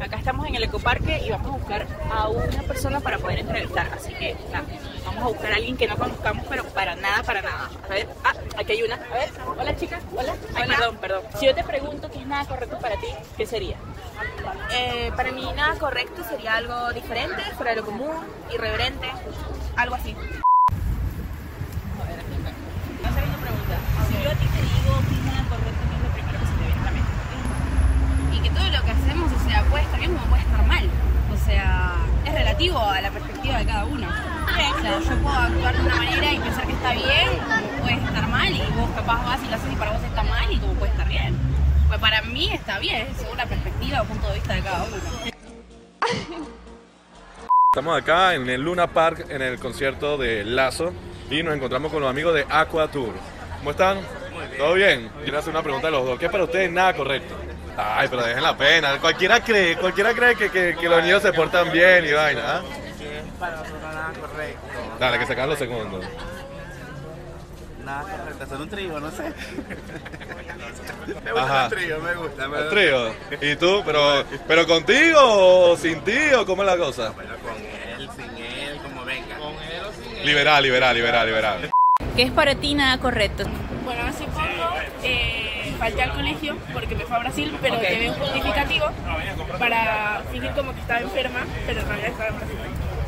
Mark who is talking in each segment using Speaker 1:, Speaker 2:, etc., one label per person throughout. Speaker 1: Acá estamos en el ecoparque y vamos a buscar a una persona para poder entrevistar. Así que nada, vamos a buscar a alguien que no conozcamos, pero para nada, para nada. A ver, ah, aquí hay una. A ver, hola chicas, hola. Ay,
Speaker 2: Hola.
Speaker 1: perdón, perdón. Si yo te pregunto qué es nada correcto para ti, ¿qué sería?
Speaker 2: Eh, para mí nada correcto sería algo diferente, fuera de lo común, irreverente, algo así.
Speaker 1: A ver, aquí está. Una segunda pregunta. Si yo a ti te digo qué es nada correcto, ¿qué es lo primero que se te viene a la mente?
Speaker 2: Y que todo lo que hacemos, o sea, puede estar bien como puede estar mal. O sea, es relativo a la perspectiva de cada uno. O sea, yo puedo actuar de una manera y pensar que está bien, o puede estar mal, y vos capaz vas y lo haces y para vos está mal, y como puede estar bien. Pues para mí está bien, según la perspectiva o punto de vista de cada uno.
Speaker 3: Estamos acá en el Luna Park en el concierto de Lazo y nos encontramos con los amigos de Aqua Tour. ¿Cómo están? ¿Todo bien? Quiero hacer una pregunta a los dos. ¿Qué es para ustedes nada correcto? Ay, pero dejen la pena. Cualquiera cree, cualquiera cree que, que- que los niños se portan bien y vaina. ¿ah?
Speaker 4: que es para nosotros nada correcto.
Speaker 3: Dale, que sacan los segundos.
Speaker 4: Nada correcto, hacer un trío, no sé. me
Speaker 3: Ajá.
Speaker 4: gusta el trío, me gusta. Me
Speaker 3: El trío. ¿Y tú? ¿Pero, pero contigo o sin ti o cómo es la cosa?
Speaker 4: Bueno, con él, sin él, como venga. Con él o sin
Speaker 3: Liberal, liberal, liberal, liberal.
Speaker 1: ¿Qué es para ti nada correcto?
Speaker 5: Bueno, hace poco eh, falté al colegio porque me fue a Brasil, pero
Speaker 1: Ok.
Speaker 5: llevé un justificativo para fingir como que estaba enferma, pero en realidad estaba en Brasil.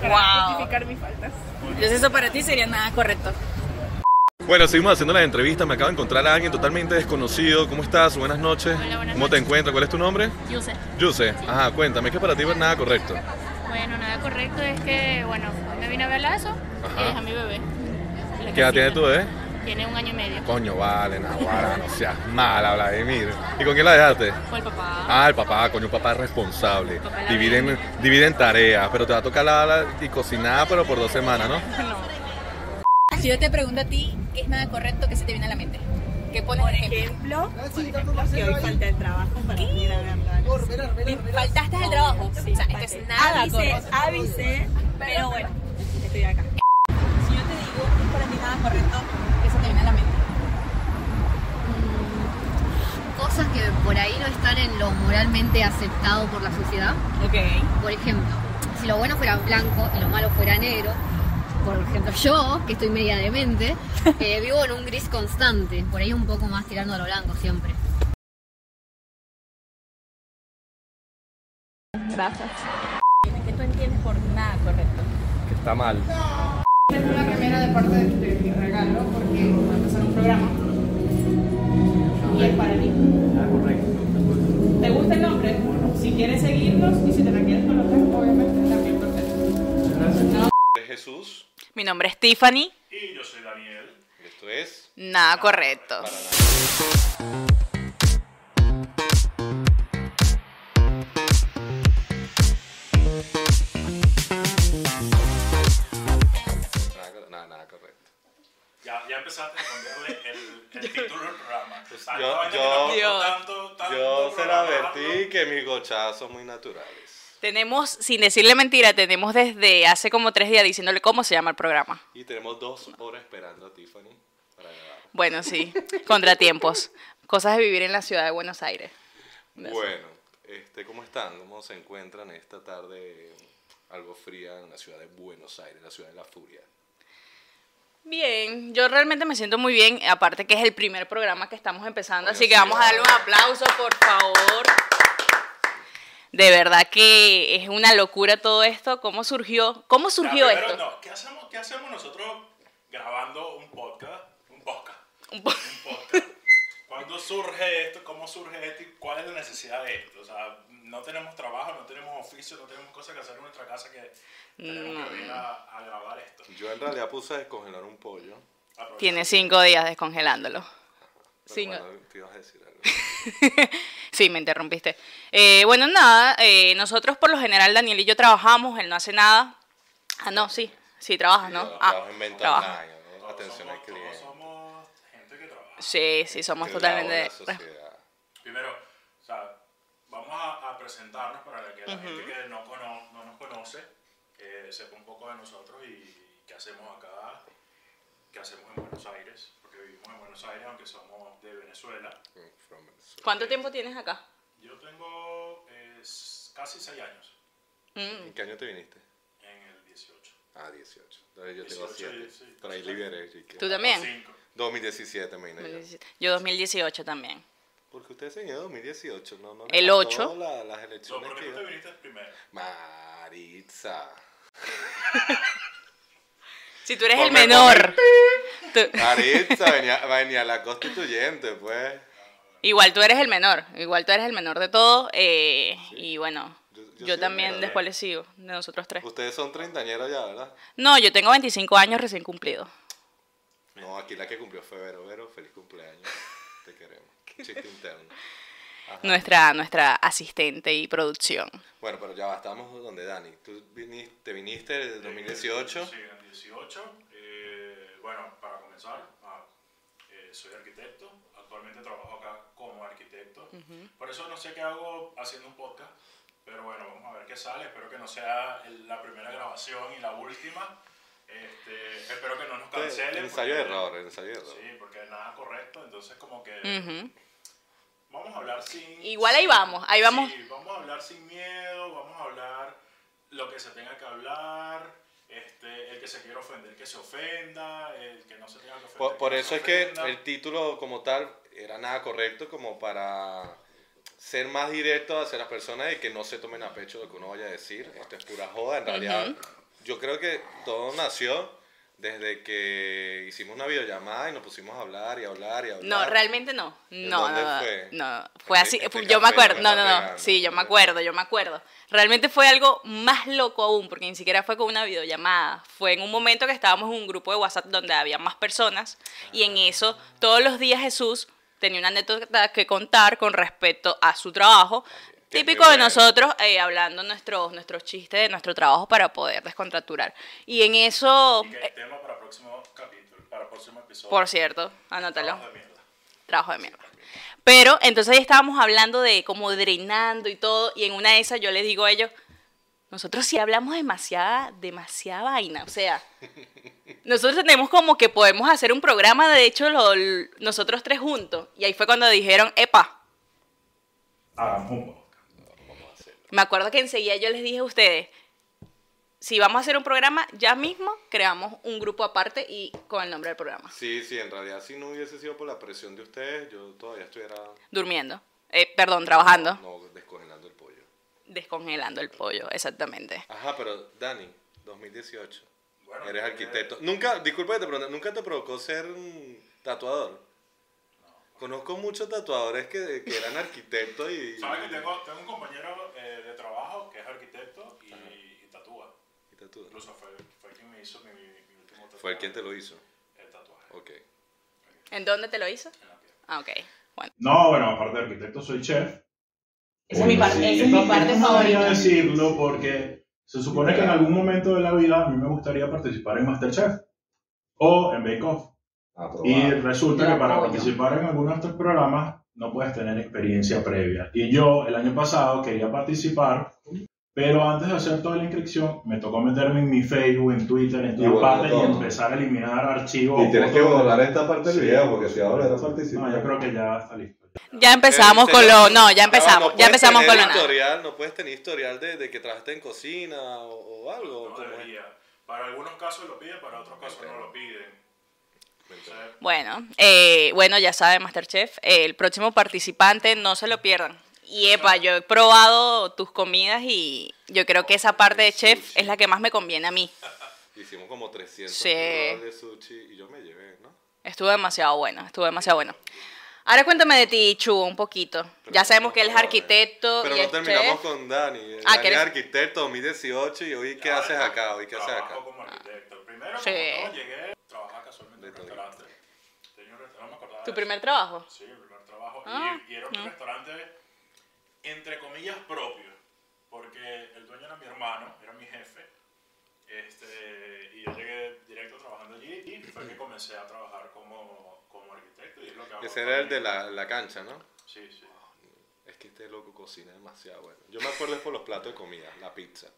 Speaker 5: Para
Speaker 1: Wow.
Speaker 5: justificar mis faltas.
Speaker 1: Entonces eso para ti sería nada correcto.
Speaker 3: Bueno, seguimos haciendo las entrevistas. Me acabo de encontrar a alguien totalmente desconocido. ¿Cómo estás? Buenas noches.
Speaker 6: Hola, buenas
Speaker 3: ¿Cómo te encuentras? ¿Cuál es tu nombre?
Speaker 6: Yuse.
Speaker 3: Yuse. Ajá, cuéntame, ¿qué para ti no es nada correcto?
Speaker 6: Bueno, nada correcto es que, bueno, hoy me vine a ver Lazo
Speaker 3: Ajá.
Speaker 6: y dejé a mi bebé. Le
Speaker 3: ¿Qué edad
Speaker 6: casé.
Speaker 3: tienes tú, eh?
Speaker 6: Tiene un año y medio.
Speaker 3: Coño, vale, Nahuara, no seas mala, Vladimir. ¿Y con quién la dejaste?
Speaker 6: Fue el papá.
Speaker 3: Ah, el papá, coño, un papá responsable.
Speaker 6: Papá la
Speaker 3: Dividen, dividen tareas, pero te va a tocar lavar y cocinar, pero por dos semanas, ¿no?
Speaker 1: Si yo te pregunto a ti qué es nada correcto, ¿qué se te viene a la mente? ¿Qué pones de ejemplo?
Speaker 7: ejemplo, que hoy falta el trabajo para mí, la verdad.
Speaker 1: Faltaste al trabajo. o sea, esto es nada
Speaker 7: Avisé,
Speaker 1: correcto.
Speaker 7: avisé, pero bueno, estoy acá.
Speaker 1: Si yo te digo que es para ti nada correcto, ¿qué se te viene a la mente?
Speaker 8: cosas que por ahí no están en lo moralmente aceptado por la sociedad.
Speaker 1: Ok.
Speaker 8: Por ejemplo, si lo bueno fuera blanco y lo malo fuera negro, por ejemplo yo, que estoy media demente, eh, vivo en un gris constante, por ahí un poco más tirando a lo blanco siempre.
Speaker 1: ¿Qué tú entiendes por nada correcto?
Speaker 9: que está mal.
Speaker 1: ¿Te gusta el nombre? Si quieres seguirnos y si te la quieres conocer, obviamente también perfecto.
Speaker 3: Jesús,
Speaker 1: Mi nombre es Tiffany.
Speaker 9: Y yo soy Daniel.
Speaker 3: esto es...
Speaker 1: Nada correcto.
Speaker 3: Nada, nada correcto.
Speaker 9: Ya, ya empezaste a cambiarle el, el título al programa. Tanta
Speaker 3: yo-
Speaker 9: vaina que
Speaker 3: yo-
Speaker 9: tampoco
Speaker 1: Dios.
Speaker 9: tanto- tanto
Speaker 3: Yo se la
Speaker 9: programa,
Speaker 3: advertí que mis gochazos son muy naturales.
Speaker 1: Tenemos, sin decirle mentira, tenemos desde hace como tres días diciéndole cómo se llama el programa.
Speaker 3: Y tenemos dos horas esperando a Tiffany para grabar.
Speaker 1: Bueno, sí, contratiempos. Cosas de vivir en la ciudad de Buenos Aires. Gracias.
Speaker 3: Bueno, este, ¿cómo están? ¿Cómo se encuentran esta tarde algo fría en la ciudad de Buenos Aires, la ciudad de la furia?
Speaker 1: Bien, yo realmente me siento muy bien, aparte que es el primer programa que estamos empezando,
Speaker 3: Bueno,
Speaker 1: así que
Speaker 3: sí,
Speaker 1: vamos a darle un
Speaker 3: vale.
Speaker 1: aplauso, por favor. De verdad que es una locura todo esto, cómo surgió, cómo
Speaker 9: La
Speaker 1: surgió
Speaker 9: primera-
Speaker 1: esto.
Speaker 9: no, ¿qué, hacemos, ¿Qué hacemos nosotros grabando un podcast? Un podcast.
Speaker 1: Un po-
Speaker 9: Un podcast. ¿Cuándo surge esto? ¿Cómo surge esto? ¿Y cuál es la necesidad de esto? O sea, no tenemos trabajo, no tenemos oficio, no tenemos cosas que hacer en nuestra casa que tenemos que venir a, a grabar esto.
Speaker 3: Yo en realidad puse a descongelar un pollo.
Speaker 9: Aprovechar.
Speaker 1: Tiene cinco días descongelándolo.
Speaker 3: pero
Speaker 1: Cinco.
Speaker 3: bueno, te ibas a decir algo.
Speaker 1: Sí, me interrumpiste. Eh, bueno, nada, eh, nosotros por lo general, Daniel y yo trabajamos, él no hace nada. Ah, no, sí, sí, trabajas, ¿no?
Speaker 3: Yo
Speaker 1: ah,
Speaker 3: trabajo en venta
Speaker 1: trabaja.
Speaker 3: online, ¿no?
Speaker 9: Todos
Speaker 3: atención al
Speaker 9: somos, todos
Speaker 3: cliente.
Speaker 9: somos gente que trabaja.
Speaker 1: Sí, sí, somos
Speaker 3: que
Speaker 1: totalmente...
Speaker 3: labora la sociedad.
Speaker 9: Primero, o sea, vamos a, a presentarnos para que la gente que no, cono- no nos conoce eh, sepa un poco de nosotros y qué hacemos acá, qué hacemos en Buenos Aires, porque vivimos en Buenos Aires aunque somos de Venezuela.
Speaker 3: From Venezuela.
Speaker 1: ¿Cuánto tiempo tienes acá?
Speaker 9: Yo tengo eh, s- casi casi seis años,
Speaker 1: Mm,
Speaker 3: ¿En qué año te viniste?
Speaker 9: en el 18.
Speaker 3: Ah, 18. Entonces yo tengo 7.
Speaker 9: 18, sí.
Speaker 3: Por ahí liberé. yo que-
Speaker 1: ¿Tú también?
Speaker 9: Cinco.
Speaker 3: 2017, me vine yo.
Speaker 1: Yo 2018 también.
Speaker 3: Porque usted se vino en 2018, ¿no? no
Speaker 1: El
Speaker 3: contó
Speaker 1: ocho.
Speaker 3: la- las
Speaker 9: No,
Speaker 3: elecciones
Speaker 9: porque
Speaker 3: que
Speaker 9: tú te
Speaker 3: iba-
Speaker 9: viniste primero.
Speaker 3: Maritza.
Speaker 1: Si tú eres
Speaker 3: Por
Speaker 1: el
Speaker 3: me
Speaker 1: menor. tú-
Speaker 3: Maritza, venía, venía la constituyente, pues.
Speaker 1: igual tú eres el menor. Igual tú eres el menor de todos. eh, Y bueno,
Speaker 3: Yo- yo
Speaker 1: yo,
Speaker 3: soy el
Speaker 1: también
Speaker 3: menor.
Speaker 1: después le sigo, de nosotros tres.
Speaker 3: Ustedes son treintañeros ya, ¿verdad?
Speaker 1: No, yo tengo 25 años recién cumplidos.
Speaker 3: No, aquí la que cumplió fue Vero. Vero, feliz cumpleaños. Te queremos. Chiste interno.
Speaker 1: Nuestra, nuestra asistente y producción.
Speaker 3: Bueno, pero ya va, estamos donde Dani. Tú viniste, te viniste en el 2018.
Speaker 9: Sí, en el 18. Eh, bueno, para comenzar, ah, eh, soy arquitecto. Actualmente trabajo acá como arquitecto. Por eso no sé qué hago haciendo un podcast. Pero bueno, vamos a ver qué sale. Espero que no sea el- la primera grabación y la última. Este, espero que no nos cancelen.
Speaker 3: El ensayo de
Speaker 9: porque-
Speaker 3: error, el ensayo de error.
Speaker 9: pues. Sí, porque nada correcto. Entonces, como que.
Speaker 1: Ujú.
Speaker 9: Vamos a hablar sin.
Speaker 1: Igual ahí vamos, ahí vamos.
Speaker 9: Sí, vamos a hablar sin miedo, vamos a hablar lo que se tenga que hablar. Este, el que se quiera ofender, que se ofenda. El que no se tenga que ofender.
Speaker 3: Por, por
Speaker 9: no
Speaker 3: eso
Speaker 9: se
Speaker 3: es que
Speaker 9: ofenda.
Speaker 3: el título como tal era nada correcto como para ser más directo hacia las personas y que no se tomen a pecho lo que uno vaya a decir. Esto es pura joda, en realidad. Yo creo que todo nació desde que hicimos una videollamada y nos pusimos a hablar y hablar y hablar.
Speaker 1: No, realmente no.
Speaker 3: ¿Ah? ¿En
Speaker 1: No,
Speaker 3: dónde
Speaker 1: no, no,
Speaker 3: fue?
Speaker 1: no, Fue
Speaker 3: Este-
Speaker 1: así.
Speaker 3: este
Speaker 1: fue- yo me
Speaker 3: café
Speaker 1: acuerdo.
Speaker 3: me
Speaker 1: No,
Speaker 3: está
Speaker 1: no, no.
Speaker 3: pegando,
Speaker 1: Sí, yo me
Speaker 3: ¿verdad?
Speaker 1: acuerdo, yo me acuerdo. Realmente fue algo más loco aún, porque ni siquiera fue con una videollamada. Fue en un momento que estábamos en un grupo de WhatsApp donde había más personas. Y en eso,
Speaker 3: Ah.
Speaker 1: todos los días Jesús tenía una anécdota que contar con respecto a su trabajo.
Speaker 3: Qué
Speaker 1: Típico de
Speaker 3: bueno.
Speaker 1: nosotros, eh, hablando nuestros, nuestros chistes de nuestro trabajo para poder descontracturar. Y en eso,
Speaker 9: Y que el
Speaker 1: eh,
Speaker 9: tema para el próximo capítulo, para el próximo episodio.
Speaker 1: por cierto, anótalo
Speaker 9: Vamos de mierda.
Speaker 1: trabajo de mierda. Pero entonces ahí estábamos hablando de como drenando y todo, y en una de esas yo les digo a ellos, nosotros sí hablamos demasiada, demasiada vaina, o sea, nosotros tenemos como que podemos hacer un programa, de hecho, lo- l- nosotros tres juntos, y ahí fue cuando dijeron, epa,
Speaker 9: Hagamos un podcast.
Speaker 1: me acuerdo que enseguida yo les dije a ustedes, si vamos a hacer un programa, ya mismo creamos un grupo aparte y con el nombre del programa,
Speaker 3: Sí, sí, en realidad si no hubiese sido por la presión de ustedes, yo todavía estuviera...
Speaker 1: durmiendo, Eh, perdón, trabajando,
Speaker 3: No, descongelando el pollo.
Speaker 1: descongelando el pollo, exactamente.
Speaker 3: Ajá, pero Dani, 2018.
Speaker 9: Bueno,
Speaker 3: Eres
Speaker 9: eh,
Speaker 3: arquitecto. Nunca, disculpa que te pregunte, ¿nunca te provocó ser un tatuador? Conozco muchos tatuadores que, que eran arquitectos y,
Speaker 9: Sabes que tengo, tengo un compañero eh, de trabajo que es arquitecto y, y tatúa.
Speaker 3: y tatuadores.
Speaker 9: Incluso fue, fue quien me hizo mi, mi último tatuaje.
Speaker 3: Fue el quien te lo hizo.
Speaker 9: El tatuaje.
Speaker 3: Ok.
Speaker 1: ¿En dónde te lo hizo?
Speaker 9: en la piel.
Speaker 1: Ah, ok. Bueno.
Speaker 9: No, bueno, aparte de arquitecto, soy chef.
Speaker 10: Esa es mi parte, esa es mi parte
Speaker 9: no
Speaker 10: favorita.
Speaker 9: voy a decirlo porque se supone que en algún momento de la vida a mí me gustaría participar en Masterchef o en Bake Off. Y resulta que para participar en algunos de estos programas no puedes tener experiencia previa. Y yo el año pasado quería participar, pero antes de hacer toda la inscripción me tocó meterme en mi Facebook, en Twitter, en todas
Speaker 3: borrar
Speaker 9: partes y
Speaker 3: todo.
Speaker 9: empezar a eliminar archivos. fotos.
Speaker 3: volar esta parte
Speaker 9: del video,
Speaker 3: porque si ahora era
Speaker 9: No, yo creo que ya está listo.
Speaker 1: Ya
Speaker 3: Eh,
Speaker 1: empezamos con lo. No, ya empezamos. ya empezamos con lo nada.
Speaker 3: Historial, no puedes tener historial de, de que trabajaste en cocina o, o algo.
Speaker 9: No
Speaker 3: ¿cómo es?
Speaker 9: debería. Para algunos casos lo piden, para otros casos no lo piden. O sea,
Speaker 1: Bueno, eh, bueno, ya sabe, Masterchef. eh, el próximo participante no se lo pierdan. Y epa, yo he probado tus comidas y yo creo que esa parte de chef es la que más me conviene a mí.
Speaker 3: Hicimos como 300
Speaker 1: Sí.
Speaker 3: curvas de sushi y yo me llevé, ¿no?
Speaker 1: Estuvo demasiado bueno, estuvo demasiado bueno. Ahora cuéntame de ti, Chubo, un poquito.
Speaker 3: Pero
Speaker 1: ya
Speaker 3: no,
Speaker 1: sabemos que él es
Speaker 3: joder.
Speaker 1: arquitecto
Speaker 3: Pero
Speaker 1: y
Speaker 3: no
Speaker 1: es
Speaker 3: terminamos
Speaker 1: chef.
Speaker 3: con Dani.
Speaker 1: Ah,
Speaker 3: Dani
Speaker 1: que eres-
Speaker 3: es arquitecto 2018 y hoy ¿qué
Speaker 9: ahora
Speaker 3: haces
Speaker 9: tra-
Speaker 3: acá? Hoy ¿qué haces acá?
Speaker 9: Trabajo como arquitecto. Primero,
Speaker 1: Ah, Sí.
Speaker 9: como todo, llegué, trabajaba casualmente en un
Speaker 3: De todo.
Speaker 9: restaurante. Tenía un restaurante, no me acordaba
Speaker 1: ¿Tu
Speaker 9: de
Speaker 1: primer trabajo?
Speaker 9: eso. Sí, el primer trabajo.
Speaker 1: Ah,
Speaker 9: y, y era un restaurante, entre comillas, propio. Porque el dueño era mi hermano, era mi jefe. Este, y yo llegué directo trabajando allí y fue que comencé a trabajar como, como arquitecto. Y es lo que hago
Speaker 3: Ese era el de
Speaker 9: también.
Speaker 3: la, la cancha, ¿no?
Speaker 9: Sí, sí.
Speaker 3: Es que este loco cocina demasiado bueno. Yo me acuerdo es por los platos de comida, la pizza.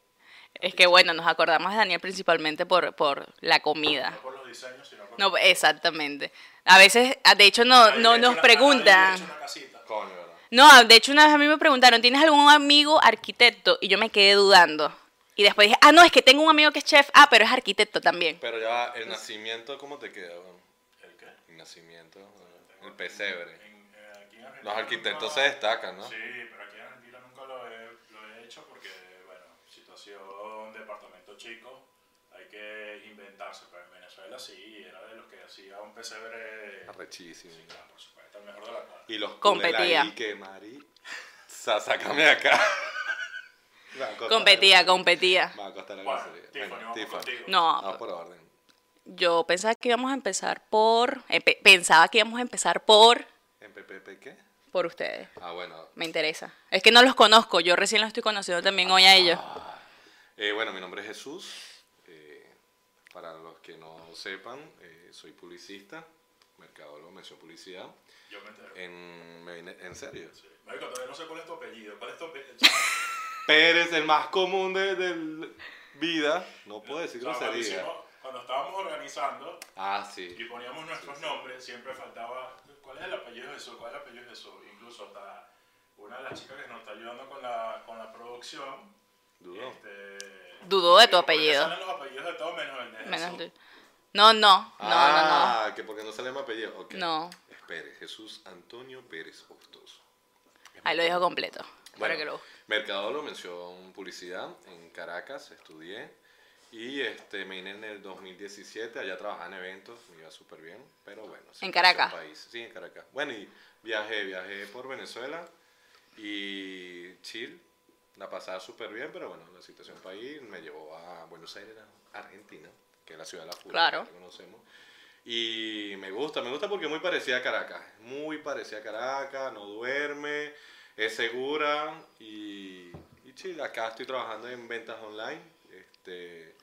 Speaker 1: Es que bueno, nos acordamos de Daniel principalmente por, por la comida.
Speaker 9: No por los diseños, sino por
Speaker 1: No, exactamente. A veces, ah, de hecho, no, no
Speaker 9: Nadie le
Speaker 1: nos
Speaker 9: echa una- nadie le
Speaker 1: preguntan.
Speaker 9: echa una casita.
Speaker 3: Coño, ¿verdad?
Speaker 1: No, de hecho una vez a mí me preguntaron, ¿tienes algún amigo arquitecto? Y yo me quedé dudando. Y después dije, ah, no, es que tengo un amigo que es chef, ah, pero es arquitecto también.
Speaker 3: Pero ya, va, el nacimiento, ¿cómo te queda? weón? El nacimiento, weón. el
Speaker 9: eh,
Speaker 3: pesebre. Los arquitectos se destacan, ¿no?
Speaker 9: Sí, pero aquí en Argentina nunca lo he, lo he hecho porque, bueno, situación, departamento chico, hay que inventarse. Pero en Venezuela sí, era de los que hacía un pesebre.
Speaker 3: Arrechísimo.
Speaker 9: Está el mejor de la cuadra.
Speaker 3: Y los
Speaker 1: Competía.
Speaker 3: competía. Y que Mari. Sa- sácame de acá. Me va a costar-
Speaker 1: Competía, competía.
Speaker 3: Me va a costar la
Speaker 9: Bueno,
Speaker 3: grosería.
Speaker 9: Tiffany,
Speaker 3: Venga,
Speaker 9: vamos
Speaker 3: Tiffany.
Speaker 9: contigo.
Speaker 1: No.
Speaker 3: No, por orden.
Speaker 1: Yo pensaba que íbamos a empezar por... eh, pe- pensaba que íbamos a empezar por...
Speaker 3: ¿En PPP qué?
Speaker 1: Por ustedes.
Speaker 3: Ah, bueno.
Speaker 1: Me interesa. Es que no los conozco, yo recién los estoy conociendo también hoy a ellos.
Speaker 3: Eh, bueno, mi nombre es Jesús. Eh, para los que no sepan, eh, soy publicista, mercadólogo, mención publicidad.
Speaker 9: Yo me entero.
Speaker 3: En, me vine- ¿En serio?
Speaker 9: Marico, todavía no sé cuál es tu apellido. ¿Cuál es tu apellido?
Speaker 3: Pérez, el más común de, del vida. No puedo decir
Speaker 9: O sea, cuando,
Speaker 3: grosería.
Speaker 9: hicimos- cuando estábamos organizando
Speaker 3: Ah, sí.
Speaker 9: y poníamos nuestros nombres, siempre faltaba cuál es el apellido de Jesús, cuál es el apellido de Jesús. Incluso hasta una de las chicas que nos está ayudando con la, con la producción.
Speaker 3: Dudó.
Speaker 9: este,
Speaker 1: Dudó de tu
Speaker 9: dijo, ¿por qué
Speaker 1: apellido.
Speaker 9: salen los apellidos de todos menos el de
Speaker 1: Menos
Speaker 9: Jesús?
Speaker 1: tú. No, no, no, no, no.
Speaker 3: ah, que porque no sale mi apellido. ok.
Speaker 1: No.
Speaker 3: Es Pérez, Jesús Antonio Pérez Hostos.
Speaker 1: Ahí lo dijo completo. para
Speaker 3: Bueno,
Speaker 1: que lo
Speaker 3: mercadólogo, mención publicidad en Caracas, estudié. Y este, me vine en el 2017, allá trabajaba en eventos, me iba súper bien, pero bueno. siempre
Speaker 1: Caracas?
Speaker 3: es un país. Sí, en Caracas. Bueno, y viajé, viajé por Venezuela y Chile, la pasaba súper bien, pero bueno, la situación país me llevó a Buenos Aires, a Argentina, que es la ciudad de la furia,
Speaker 1: Claro.
Speaker 3: que conocemos. Y me gusta, me gusta porque es muy parecida a Caracas. Muy parecida a Caracas, no duerme, es segura y, y chill. Acá estoy trabajando en ventas online, este,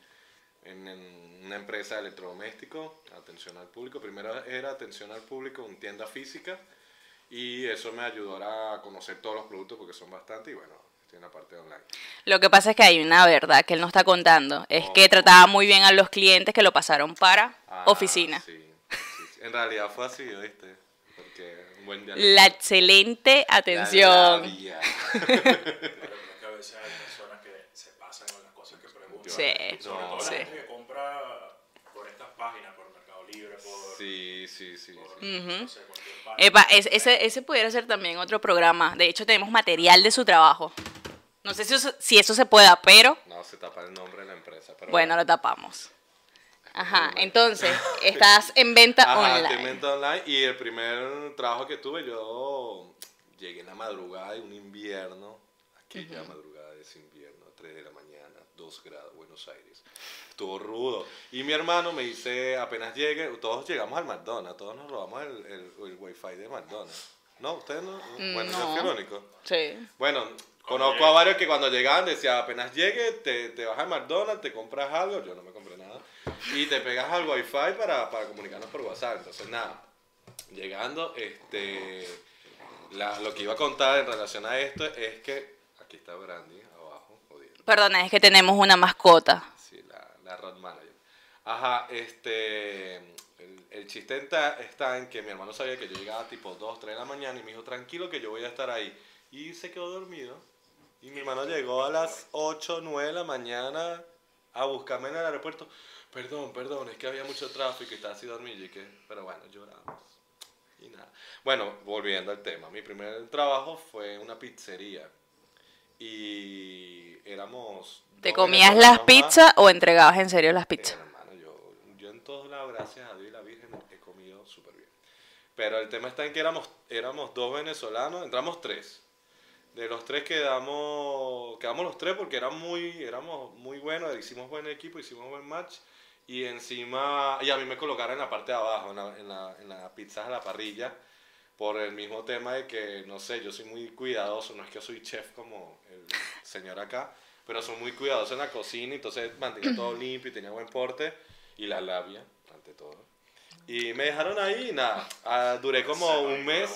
Speaker 3: en, en una empresa de electrodomésticos, atención al público. Primero era atención al público en tienda física y eso me ayudó a conocer todos los productos porque son bastantes y bueno, estoy en la parte online.
Speaker 1: Lo que pasa es que hay una verdad que él no está contando. Es que trataba muy bien a los clientes que lo pasaron para
Speaker 3: Ah,
Speaker 1: oficina.
Speaker 3: Sí, sí, sí. En realidad fue así, ¿oíste? Porque un buen día.
Speaker 1: La excelente atención.
Speaker 3: labia.
Speaker 9: Pero creo que a veces hay personas que se pasan con las cosas que preguntan.
Speaker 1: Sí.
Speaker 9: Sobre
Speaker 3: No,
Speaker 9: todo
Speaker 1: sí.
Speaker 9: la gente que compra por estas páginas, por Mercado Libre, por...
Speaker 3: Sí, sí, sí. sí.
Speaker 1: Ujú.
Speaker 9: no sé, cualquier página.
Speaker 1: Epa, es- ese, ese pudiera ser también otro programa. De hecho, tenemos material de su trabajo. No sé si eso, si eso se pueda, pero
Speaker 3: No, se tapa el nombre de la empresa. Pero
Speaker 1: bueno, lo tapamos. Ajá, entonces, estás en venta
Speaker 3: Ajá, estoy en
Speaker 1: online.
Speaker 3: venta online. Y el primer trabajo que tuve, yo llegué en la madrugada de un invierno. Aquella madrugada de ese invierno, 3 de la mañana, 2 grados, Buenos Aires. Estuvo rudo. Y mi hermano me dice, apenas llegue, todos llegamos al McDonald's, todos nos robamos el, el, el wifi de McDonald's. No, ustedes no. Bueno, yo fui el
Speaker 1: Mm, no.
Speaker 3: único.
Speaker 1: Sí.
Speaker 3: Bueno, conozco a varios que cuando llegaban decía, apenas llegue, te, te vas a McDonald's, te compras algo, yo no me compré nada, y te pegas al wifi para, para comunicarnos por WhatsApp. Entonces, nada, llegando, este, la- lo que iba a contar en relación a esto es que, aquí está Brandy, abajo, jodido.
Speaker 1: Perdona, es que tenemos una mascota.
Speaker 3: Sí, la, la road manager. Ajá, este. El, el chiste está, está en que mi hermano sabía que yo llegaba tipo 2, 3 de la mañana y me dijo, tranquilo que yo voy a estar ahí. Y se quedó dormido. Y mi hermano llegó a las 8, 9 de la mañana a buscarme en el aeropuerto. Perdón, perdón, es que había mucho tráfico y estaba así dormido. Y que, pero bueno, lloramos. Y nada. Bueno, volviendo al tema. Mi primer trabajo fue una pizzería. Y éramos.
Speaker 1: ¿Te
Speaker 3: dos
Speaker 1: comías las
Speaker 3: venezolanos más.
Speaker 1: pizzas o entregabas en serio las pizzas?
Speaker 3: Eh, Hermano, yo, yo en todos lados, gracias a Dios y la Virgen, he comido súper bien. Pero el tema está en que éramos, éramos dos venezolanos, entramos tres. De los tres quedamos, quedamos los tres porque éramos muy, éramos muy buenos, hicimos buen equipo, hicimos buen match. Y encima, y a mí me colocaron en la parte de abajo, en la, en la, en la pizza a la parrilla, por el mismo tema de que, no sé, yo soy muy cuidadoso, no es que soy chef como el señor acá, pero soy muy cuidadoso en la cocina, entonces mantenía todo limpio y tenía buen porte, y la labia, ante todo. Y me dejaron ahí y nada, ah, duré como un mes.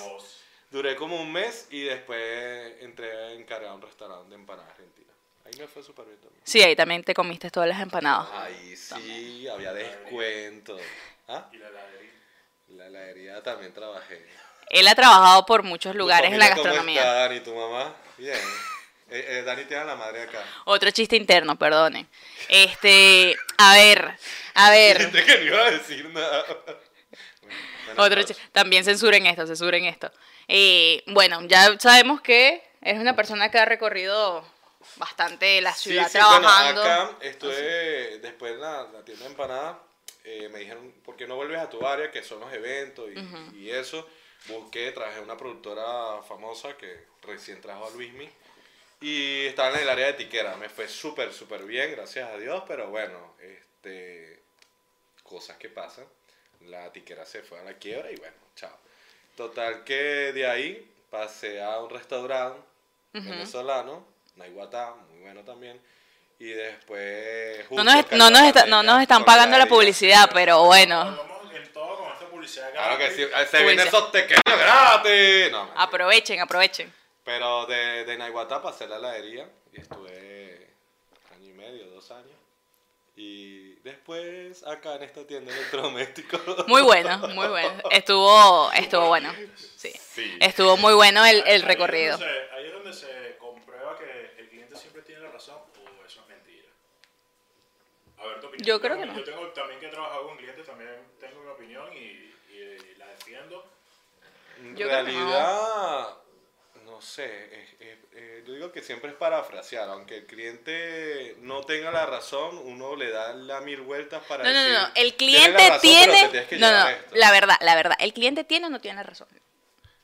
Speaker 3: Duré como un mes y después entré encargado a un restaurante de empanadas argentinas. Ahí me fue súper bien también.
Speaker 1: Sí, ahí también te comiste todas las empanadas.
Speaker 3: Ahí sí, había descuento. ¿Ah?
Speaker 9: Y la heladería.
Speaker 3: La heladería también trabajé.
Speaker 1: Él ha trabajado por muchos lugares en la
Speaker 3: Mira cómo
Speaker 1: gastronomía.
Speaker 3: está Dani, tu mamá. Bien. Eh, eh, Dani tiene a la madre acá.
Speaker 1: Otro chiste interno, perdone. Este, a ver, a ver.
Speaker 3: Gente que no iba a decir nada.
Speaker 1: Otro chi- También censuren esto, censuren esto. Eh, bueno, ya sabemos que es una persona que ha recorrido bastante la
Speaker 3: Sí,
Speaker 1: ciudad
Speaker 3: sí, bueno,
Speaker 1: trabajando. Ah,
Speaker 3: acá estuve, después de la, la tienda de empanadas, eh, me dijeron, ¿por qué no vuelves a tu área? Que son los eventos y,
Speaker 1: Ujú.
Speaker 3: y eso. Busqué, traje una productora famosa que recién trajo a Luismi. Y estaba en el área de tiquera. Me fue súper, súper bien, gracias a Dios. Pero bueno, este, cosas que pasan. La tiquera se fue a la quiebra y bueno, chao. Total que de ahí pasé a un restaurante
Speaker 1: Ujú.
Speaker 3: venezolano, Naiguatá, muy bueno también. Y después...
Speaker 1: no
Speaker 3: justo
Speaker 1: nos,
Speaker 3: cayó
Speaker 1: no nos
Speaker 3: la
Speaker 1: está- no
Speaker 3: pandemia
Speaker 1: nos están
Speaker 3: con
Speaker 1: pagando la
Speaker 3: área.
Speaker 1: publicidad, pero bueno.
Speaker 3: Claro que sí, eh, se
Speaker 1: Publicidad.
Speaker 3: vienen esos tequeños gratis. No, mentira.
Speaker 1: Aprovechen, aprovechen.
Speaker 3: pero de, de Naiguatá pasé a la heladería y estuve año y medio, dos años. Y después acá en esta tienda de electrodomésticos.
Speaker 1: Muy bueno, muy bueno. Estuvo, estuvo bueno. Sí.
Speaker 3: Sí.
Speaker 1: Estuvo muy bueno el, el recorrido.
Speaker 9: Ahí es, donde se, ahí es donde se comprueba que el cliente siempre tiene la razón o eso es mentira. A ver, tu opinión.
Speaker 1: Yo creo
Speaker 9: tengo-
Speaker 1: que no.
Speaker 9: Yo tengo también que he trabajado con clientes, también tengo mi opinión y, y la defiendo.
Speaker 3: En
Speaker 9: Yo creo que no.
Speaker 3: Mm, realidad, no sé, es- es- eh, yo digo que siempre es parafrasear, aunque el cliente no tenga la razón, uno le da la mil vueltas para
Speaker 1: No, no,
Speaker 3: decir,
Speaker 1: no, no. El
Speaker 3: "Tienes la
Speaker 1: cliente
Speaker 3: razón, pero te
Speaker 1: tiene.
Speaker 3: tienes que
Speaker 1: No, no,
Speaker 3: llevar
Speaker 1: no.
Speaker 3: esto".
Speaker 1: La verdad, la verdad. El cliente tiene o no tiene la razón.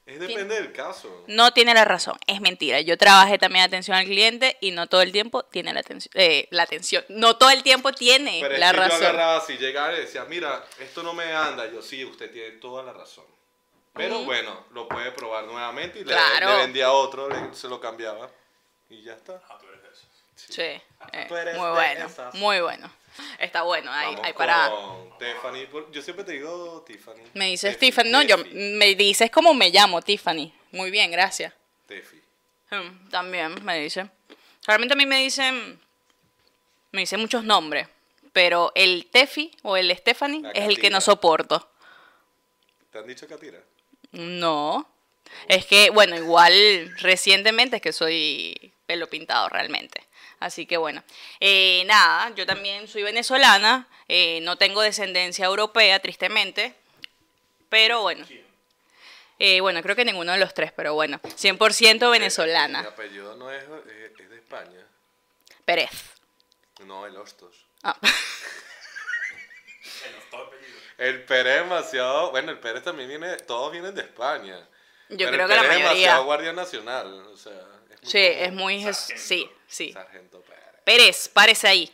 Speaker 3: Es depende del caso.
Speaker 1: No tiene la razón. Es mentira. Yo trabajé también atención al cliente y no todo el tiempo tiene la atención. eh, la atención. No todo el tiempo tiene
Speaker 3: Pero es
Speaker 1: la
Speaker 3: que
Speaker 1: razón.
Speaker 3: yo agarraba así, llegaba y decía, mira, esto no me anda. Yo, sí, usted tiene toda la razón. Pero
Speaker 1: Ujú.
Speaker 3: bueno, lo puede probar nuevamente y le,
Speaker 1: Claro.
Speaker 3: le vendía a otro, le- se lo cambiaba y ya está.
Speaker 9: Ah,
Speaker 1: Sí. eh,
Speaker 3: Tú eres
Speaker 1: muy
Speaker 3: de
Speaker 1: bueno.
Speaker 3: esas.
Speaker 1: Muy bueno. Está bueno. Hay,
Speaker 3: Vamos
Speaker 1: hay para.
Speaker 3: con Tiffany. por- Yo siempre te digo Tiffany.
Speaker 1: Me dice Stephen. No, yo mm. me dices cómo me llamo, Tiffany. Muy bien, gracias.
Speaker 3: Tefi.
Speaker 1: Mm, También me dicen. Realmente a mí me dicen. Me dicen muchos nombres. Pero el Tefi o el Stephanie
Speaker 3: La
Speaker 1: es el que
Speaker 3: Catira.
Speaker 1: no soporto.
Speaker 3: ¿Te han dicho Katira?
Speaker 1: No. Es que, bueno, igual recientemente es que soy pelo pintado realmente. Así que bueno. Eh, nada, yo también soy venezolana. eh, no tengo descendencia europea, tristemente. Pero bueno. Eh, bueno, creo que ninguno de los tres, pero bueno. 100%
Speaker 3: Mi
Speaker 1: venezolana.
Speaker 3: apellido no es, es, es de España.
Speaker 1: Pérez.
Speaker 3: No, el Hostos.
Speaker 1: Ah.
Speaker 3: El Pérez es demasiado. Bueno, el Pérez también viene. Todos vienen de España.
Speaker 1: Yo
Speaker 3: Pero
Speaker 1: creo
Speaker 3: el
Speaker 1: que la
Speaker 3: Pérez es
Speaker 1: mayoría.
Speaker 3: demasiado Guardia Nacional. O sea, es muy
Speaker 1: Sí,
Speaker 3: común.
Speaker 1: es muy... Jes- Sí, sí.
Speaker 3: Sargento Pérez.
Speaker 1: Pérez, parece ahí.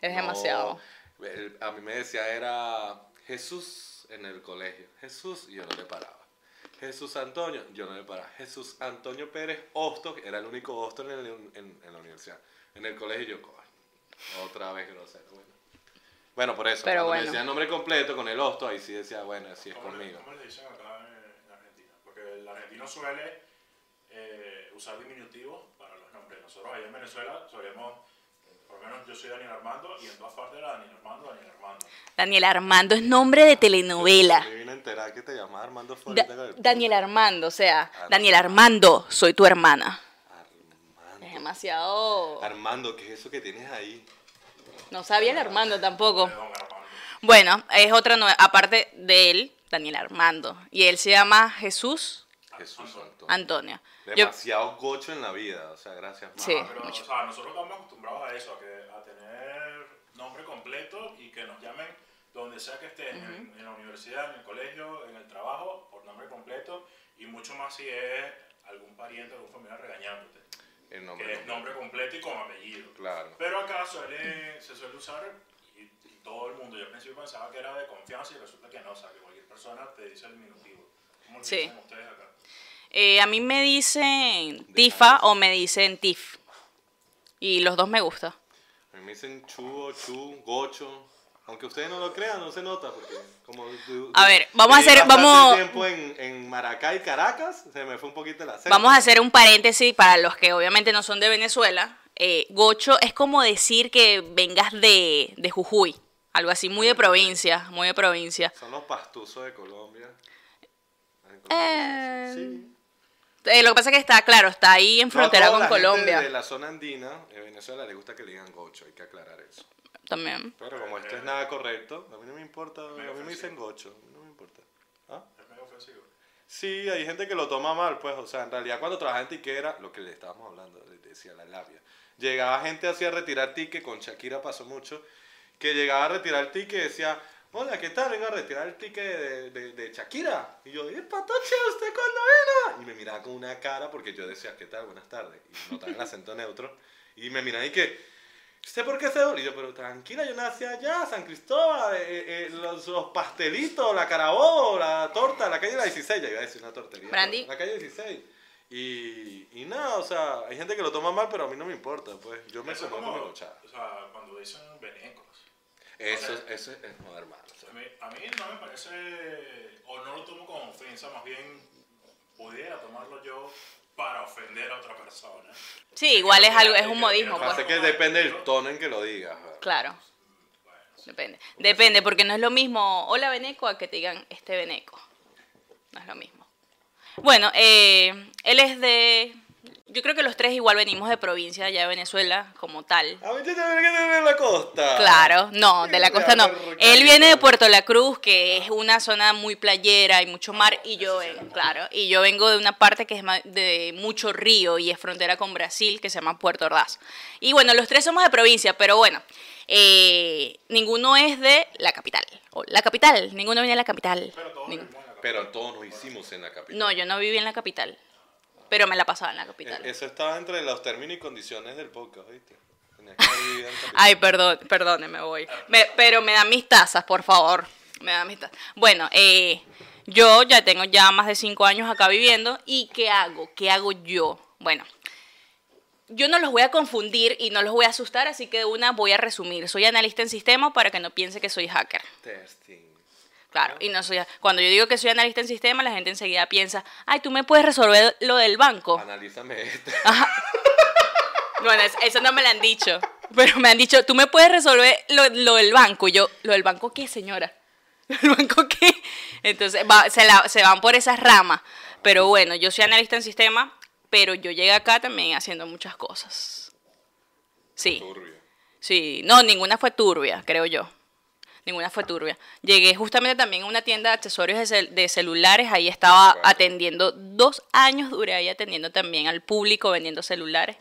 Speaker 1: Es
Speaker 3: No,
Speaker 1: demasiado.
Speaker 3: el- a mí me decía era Jesús en el colegio. Jesús, y yo no le paraba. Jesús Antonio, yo no le paraba. Jesús Antonio Pérez Hostos, era el único Hostos en, el- en- en la universidad. En el colegio yo, coño, otra vez grosero. Bueno, bueno por eso.
Speaker 1: Pero
Speaker 3: cuando
Speaker 1: bueno.
Speaker 3: me decía el nombre completo con el Hostos, ahí sí decía, bueno, así es
Speaker 9: ¿Cómo le,
Speaker 3: conmigo.
Speaker 9: cómo le dicen acá en, en Argentina? Porque el argentino suele eh, usar diminutivos para los nombres. Nosotros allá en Venezuela solemos, por lo menos yo soy Daniel Armando y en todas partes era Daniel Armando, Daniel Armando.
Speaker 1: Daniel Armando es nombre de telenovela.
Speaker 3: Me vine a enterar que te llamaba Armando
Speaker 1: Da-
Speaker 3: Florita. con el-
Speaker 1: Daniel Armando, o sea, Daniel Armando, soy tu hermana. Es demasiado.
Speaker 3: Armando, ¿qué es eso que tienes ahí?
Speaker 1: No sabía el Armando tampoco. Bueno, es otra nueva, aparte de él, Daniel Armando. Y él se llama Jesús
Speaker 3: Jesús Antonio.
Speaker 1: Antonio. Yo,
Speaker 3: Demasiado gocho en la vida, o sea, gracias. mamá.
Speaker 1: Sí,
Speaker 9: Pero, o sea, nosotros estamos acostumbrados a eso, a, que, a tener nombre completo y que nos llamen donde sea que estés, en- en, la universidad, en el colegio, en el trabajo, por nombre completo y mucho más si es algún pariente, algún familiar regañándote.
Speaker 3: El
Speaker 9: que
Speaker 3: nombre.
Speaker 9: es nombre completo y con apellido.
Speaker 3: Claro.
Speaker 9: Pero acá suele, se suele usar y, y todo el mundo. Yo al principio pensaba que era de confianza y resulta que no, o sea, que cualquier persona te dice el minutivo. ¿Cómo le
Speaker 1: Sí.
Speaker 9: dicen ustedes acá?
Speaker 1: eh, a mí me dicen Tifa o me dicen Tif. Y los dos me gustan.
Speaker 3: A mí me dicen chugo, chu, gocho. Aunque ustedes no lo crean, no se nota porque como du-
Speaker 1: A
Speaker 3: du-
Speaker 1: ver, vamos a
Speaker 3: viví
Speaker 1: hacer-
Speaker 3: bastante
Speaker 1: vamos-
Speaker 3: tiempo en, en Maracay, Caracas, se me fue un poquito el acento.
Speaker 1: Vamos a hacer un paréntesis para los que obviamente no son de Venezuela. Eh, gocho es como decir que vengas de, de Jujuy, algo así, muy de provincia, muy de provincia.
Speaker 3: Son los pastuzos de Colombia.
Speaker 1: Eh, eh, lo que pasa es que está, claro, está ahí en frontera
Speaker 3: No a
Speaker 1: con
Speaker 3: toda la gente
Speaker 1: Colombia.
Speaker 3: De la zona andina, en Venezuela le gusta que le digan gocho, hay que aclarar eso.
Speaker 1: También.
Speaker 3: Pero como esto es nada correcto, a mí no me importa, a mí me dicen gocho, a mí no me importa. ¿Ah?
Speaker 9: Es medio ofensivo.
Speaker 3: Sí, hay gente que lo toma mal, pues, o sea, en realidad cuando trabajaba en Tiquera, lo que le estábamos hablando, le decía la labia, llegaba gente así a retirar ticket, con Shakira pasó mucho, que llegaba a retirar ticket y decía, hola, ¿qué tal? Vengo a retirar el ticket de, de- de Shakira. Y yo, ¿y patoche usted cuándo vino? Y me miraba con una cara porque yo decía, ¿qué tal? Buenas tardes. Y notaba el acento neutro. Y me miraba y que, ¿usted por qué se va? Y yo, pero tranquila, yo nací allá, San Cristóbal, eh, eh, los, los pastelitos, la carabobo, la torta, la calle de la 16, ya iba a decir una tortería.
Speaker 1: Brandy.
Speaker 3: La calle 16. Y, y nada, o sea, hay gente que lo toma mal, pero a mí no me importa, pues. Yo me
Speaker 9: Eso es
Speaker 3: como
Speaker 9: como,
Speaker 3: mi
Speaker 9: o
Speaker 3: gochada.
Speaker 9: sea, cuando dicen venecos.
Speaker 3: Eso, eso es, es no, hermano.
Speaker 9: A mí, a mí no me parece, o no lo tomo como ofensa, más bien pudiera tomarlo yo para ofender a otra persona.
Speaker 1: Sí, igual es algo, es un modismo,
Speaker 3: Lo que pasa
Speaker 1: pues.
Speaker 3: es que depende del tono en que lo digas. ¿verdad?
Speaker 1: Claro. Depende. Depende, porque no es lo mismo hola Beneco a que te digan este Beneco. No es lo mismo. Bueno, eh, él es de. Yo creo que los tres igual venimos de provincia allá de Venezuela, como tal.
Speaker 3: A mí te tiene que tener la costa.
Speaker 1: Claro, no, de la costa no. Él viene de Puerto La Cruz, que es una zona muy playera, hay mucho mar, y yo vengo, claro, y yo vengo de una parte que es ma- de mucho río y es frontera con Brasil, que se llama Puerto Ordaz. Y bueno, los tres somos de provincia, pero bueno, eh, ninguno es de la capital. O la capital, ninguno viene de la capital. Ning-
Speaker 3: Pero todos nos hicimos en la capital. Eh,
Speaker 1: No, yo no viví en la capital, pero me la pasaba en la capital.
Speaker 3: Eso estaba entre los términos y condiciones del podcast, ¿viste? Tenía que haber vivido en la capital.
Speaker 1: Ay, perdón, perdone, me voy. Me- pero me dan mis tazas, por favor. Me dan mis tazas. Bueno, eh, yo ya tengo ya más de cinco años acá viviendo. ¿Y qué hago? ¿Qué hago yo? Bueno, yo no los voy a confundir y no los voy a asustar, así que de una voy a resumir. Soy analista en sistemas para que no piense que soy hacker.
Speaker 3: Testing.
Speaker 1: Claro, y no soy. Cuando yo digo que soy analista en sistemas, la gente enseguida piensa, ay, tú me puedes resolver lo del banco.
Speaker 3: Analízame este esto.
Speaker 1: Bueno, es- eso no me lo han dicho. Pero me han dicho, tú me puedes resolver lo, lo del banco. Y yo, ¿lo del banco qué, señora? ¿Lo del banco qué? Entonces va- se, la- se van por esas ramas. Pero bueno, yo soy analista en sistema, pero yo llegué acá también haciendo muchas cosas. Sí. Sí, no, ninguna fue turbia, creo yo. Ninguna fue turbia. Llegué justamente también a una tienda de accesorios de, cel- de celulares. Ahí estaba atendiendo dos años, duré ahí atendiendo también al público vendiendo celulares.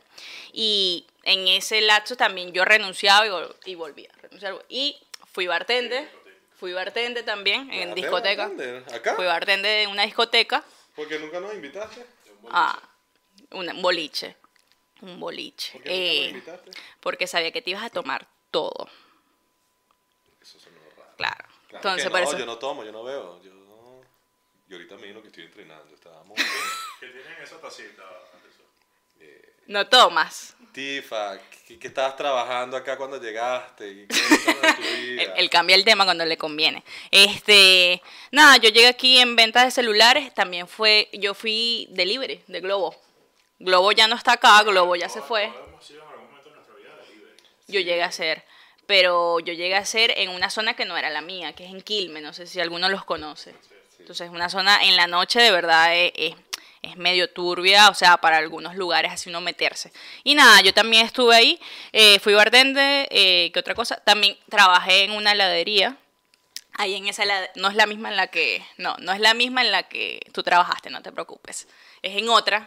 Speaker 1: Y en ese lapso también yo renunciaba y, vol- y volvía. a renunciar. Y fui bartender, fui bartender también en discoteca.
Speaker 3: bartender? ¿Acá?
Speaker 1: Fui bartender en una discoteca.
Speaker 3: Porque nunca nos invitaste.
Speaker 1: Ah, una- un boliche. Un boliche.
Speaker 3: ¿Por qué nunca nos
Speaker 1: Eh,
Speaker 3: invitaste?
Speaker 1: porque sabía que te ibas a tomar todo.
Speaker 3: Eso sonó raro.
Speaker 1: Claro.
Speaker 3: que
Speaker 1: Entonces,
Speaker 3: no,
Speaker 1: por eso-
Speaker 3: yo no tomo, yo no veo. Yo no... Y ahorita me lo que estoy entrenando. Estábamos.
Speaker 9: Que tienen esa tacita, Anderson.
Speaker 1: No tomas.
Speaker 3: Tifa, ¿qué, qué estabas trabajando acá cuando llegaste? ¿Qué- qué era de tu vida?
Speaker 1: Él, él cambia el tema cuando le conviene. Este, nada, yo llegué aquí en venta de celulares, también fue, yo fui delivery de Globo. Globo ya no está acá, Globo ya se fue. Yo llegué a ser, pero yo llegué a ser en una zona que no era la mía, que es en Quilmes, no sé si alguno los conoce. Entonces, una zona en la noche de verdad es, es- es medio turbia, o sea, para algunos lugares así uno meterse. Y nada, yo también estuve ahí, eh, fui bartender, eh, ¿qué otra cosa? También trabajé en una heladería. Ahí en esa helade- no es la misma en la que, no, no es la misma en la que tú trabajaste, no te preocupes. Es en otra.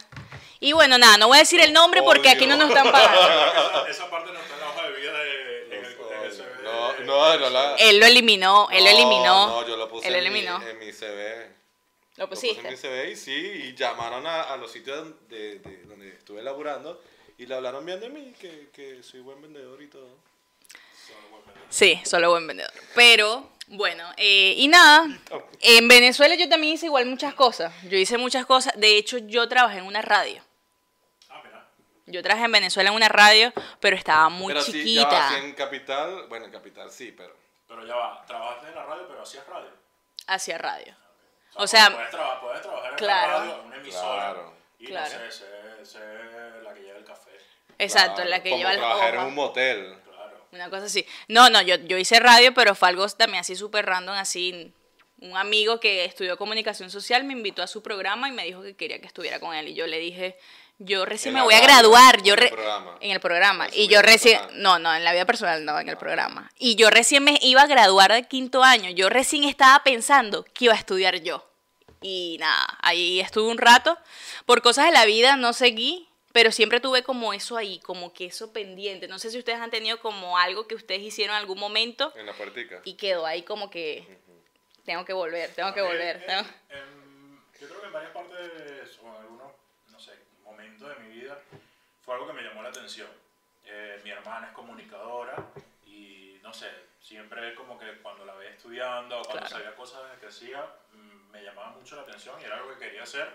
Speaker 1: Y bueno, nada, no voy a decir el nombre porque aquí no nos están
Speaker 3: Ah,
Speaker 1: pagando.
Speaker 9: Esa, esa parte no está en la hoja de vida de, en el, en el CV.
Speaker 3: No, no, no la.
Speaker 1: Él lo eliminó, Eh, él lo
Speaker 3: No,
Speaker 1: eliminó.
Speaker 3: No, yo lo puse
Speaker 1: Él
Speaker 3: en,
Speaker 1: eliminó.
Speaker 3: Mi, en mi CV.
Speaker 1: Lo pusiste.
Speaker 3: puse en mi CV y sí, y llamaron a, a los sitios de, de- donde estuve laburando y le hablaron bien de mí, que, que soy buen vendedor y todo.
Speaker 1: Sí, solo buen vendedor. Pero, bueno, eh, y nada, en Venezuela yo también hice igual muchas cosas. Yo hice muchas cosas. De hecho, yo trabajé en una radio.
Speaker 9: Ah,
Speaker 1: Yo trabajé en Venezuela en una radio, pero estaba muy
Speaker 3: pero sí, ya
Speaker 1: chiquita.
Speaker 3: va, sí, en Capital, bueno, en Capital sí, pero...
Speaker 9: Pero ya va, trabajaste en la radio, pero hacías radio.
Speaker 1: Hacia radio. O
Speaker 9: O
Speaker 1: sea,
Speaker 9: sea, puedes, traba- puedes trabajar en
Speaker 1: claro.
Speaker 9: la radio, en una emisora.
Speaker 3: Claro.
Speaker 9: Y
Speaker 1: Claro.
Speaker 9: no sé, sé, sé la que lleva el café.
Speaker 1: Exacto, la que
Speaker 3: como
Speaker 1: lleva el
Speaker 3: trabajar en
Speaker 1: ojo.
Speaker 3: un motel.
Speaker 1: una cosa así. No, no, yo, yo hice radio, pero fue algo también así súper random, así un amigo que estudió comunicación social me invitó a su programa y me dijo que quería que estuviera con él. Y yo le dije, yo recién
Speaker 3: En
Speaker 1: me
Speaker 3: la
Speaker 1: voy a
Speaker 3: radio,
Speaker 1: graduar. Yo
Speaker 3: en el
Speaker 1: re-
Speaker 3: programa.
Speaker 1: En el programa.
Speaker 3: En su
Speaker 1: Y yo
Speaker 3: vida
Speaker 1: recién,
Speaker 3: personal. Ah.
Speaker 1: no, no, en la vida personal, no, en el programa. Y yo recién me iba a graduar de quinto año. Yo recién estaba pensando que iba a estudiar yo. Y nada, ahí estuve un rato. Por cosas de la vida no seguí, pero siempre tuve como eso ahí, como que eso pendiente. No sé si ustedes han tenido como algo que ustedes hicieron en algún momento
Speaker 3: En la puertica.
Speaker 1: y quedó ahí como que tengo que volver, tengo que
Speaker 9: Ok,
Speaker 1: volver.
Speaker 9: eh,
Speaker 1: tengo-
Speaker 9: em, yo creo que en varias partes, o en algunos, no sé, momentos de mi vida, fue algo que me llamó la atención. Eh, mi hermana es comunicadora y, no sé, siempre como que cuando la veía estudiando o cuando
Speaker 3: Claro.
Speaker 9: sabía cosas que hacía, mm, me llamaba mucho la atención y era algo que quería hacer.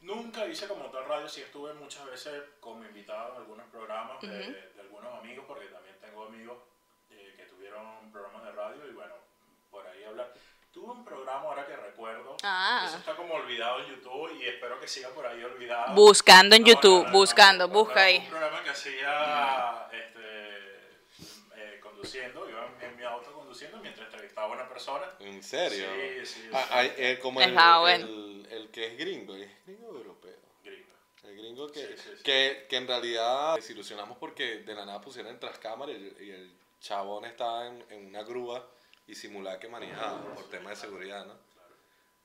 Speaker 9: Nunca hice como tal radio, sí estuve muchas veces como invitado en algunos programas de,
Speaker 3: Ujú.
Speaker 9: de algunos amigos, porque también tengo amigos eh, que tuvieron programas de radio y bueno, por ahí hablar. Tuve un programa ahora que recuerdo,
Speaker 1: Ah.
Speaker 9: eso está como olvidado en YouTube y espero que siga por ahí olvidado.
Speaker 1: Buscando en
Speaker 9: No, no,
Speaker 1: YouTube,
Speaker 9: no, no,
Speaker 1: buscando,
Speaker 9: no,
Speaker 1: busca
Speaker 9: no,
Speaker 1: ahí.
Speaker 9: Un programa que hacía este, eh, conduciendo, iba en mi auto conduciendo mientras entrevistaba a una persona.
Speaker 3: ¿En serio?
Speaker 9: Sí, sí.
Speaker 3: Ah,
Speaker 9: sí.
Speaker 3: ah, eh, como el,
Speaker 1: Ajá, bueno.
Speaker 3: el- el que es gringo, ¿es gringo o europeo?
Speaker 9: Gringo.
Speaker 3: El gringo que,
Speaker 9: Sí, sí, sí.
Speaker 3: Que, que en realidad desilusionamos porque de la nada pusieron tras cámara y, el- y el chabón estaba en, en una grúa y simulaba que manejaba por tema de seguridad, ¿no?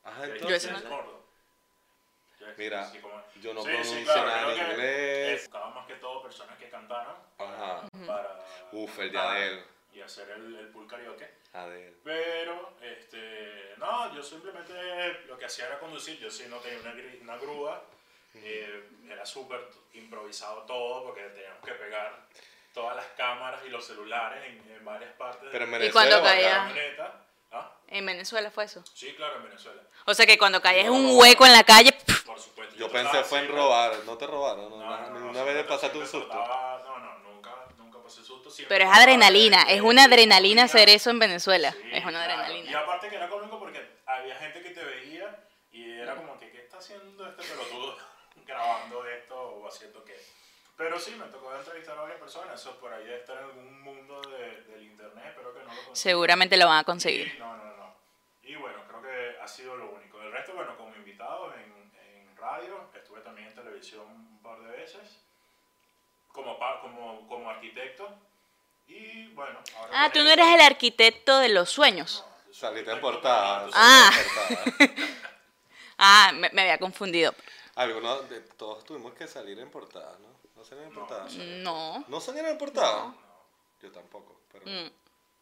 Speaker 3: Ajá,
Speaker 9: Yo
Speaker 3: entonces-
Speaker 9: ese no lo-
Speaker 3: Mira, yo no
Speaker 9: Sí,
Speaker 3: pronuncio
Speaker 9: sí, claro,
Speaker 3: nada
Speaker 9: creo
Speaker 3: en
Speaker 9: que, eh,
Speaker 3: inglés.
Speaker 9: Buscaba más que todo personas que cantaran
Speaker 3: Ajá.
Speaker 9: para
Speaker 3: Uf, el de Adel.
Speaker 9: y hacer el, el pool karaoke.
Speaker 3: Adel.
Speaker 9: Pero, este, no, yo simplemente lo que hacía era conducir. Yo sí no tenía una, gri- una grúa. eh, era súper improvisado todo porque teníamos que pegar todas las cámaras y los celulares en, en varias partes.
Speaker 3: Pero en
Speaker 9: de-
Speaker 3: Venezuela, ¿Y cuando
Speaker 9: de la
Speaker 1: caía?
Speaker 9: camioneta. ¿Ah?
Speaker 1: En Venezuela fue eso.
Speaker 9: Sí, claro, en Venezuela.
Speaker 1: O sea que cuando caes en un hueco en la calle,
Speaker 9: Por supuesto.
Speaker 3: Yo
Speaker 9: trataba
Speaker 3: pensé fue en
Speaker 9: siempre-
Speaker 3: robar, no te robaron, no,
Speaker 9: No, no, no,
Speaker 3: una vez le
Speaker 9: siempre-
Speaker 3: pasaste un
Speaker 9: siempre
Speaker 3: susto.
Speaker 9: trataba- no, no, nunca, nunca pasé susto. siempre
Speaker 1: pero es
Speaker 9: trataba de-
Speaker 1: adrenalina, es una adrenalina hacer eso en Venezuela.
Speaker 9: Sí,
Speaker 1: Es una
Speaker 9: claro.
Speaker 1: adrenalina.
Speaker 9: Y aparte que era cómico porque había gente que te veía y era como que, ¿qué está haciendo este pelotudo grabando esto o haciendo qué? Pero sí, me tocó entrevistar a varias personas. Eso por ahí debe estar en algún mundo de- del internet, espero que no lo consiga.
Speaker 1: Seguramente lo van a conseguir.
Speaker 9: Y no, no, no. Y bueno, creo que ha sido lo único. El resto, bueno, como invitado en, en radio, estuve también en televisión un par de veces, como, pa- como, como arquitecto. Y bueno, ahora
Speaker 1: Ah, tú
Speaker 9: tenés-
Speaker 1: no eres el arquitecto de los sueños.
Speaker 3: Saliste en portada.
Speaker 1: Ah.
Speaker 3: saliste en portada.
Speaker 1: Ah, me, me había confundido.
Speaker 3: Algunos de todos tuvimos que salir en portada, ¿no? No salieron en portada.
Speaker 1: No.
Speaker 3: ¿No salieron en portada? Yo tampoco, pero
Speaker 1: Mm.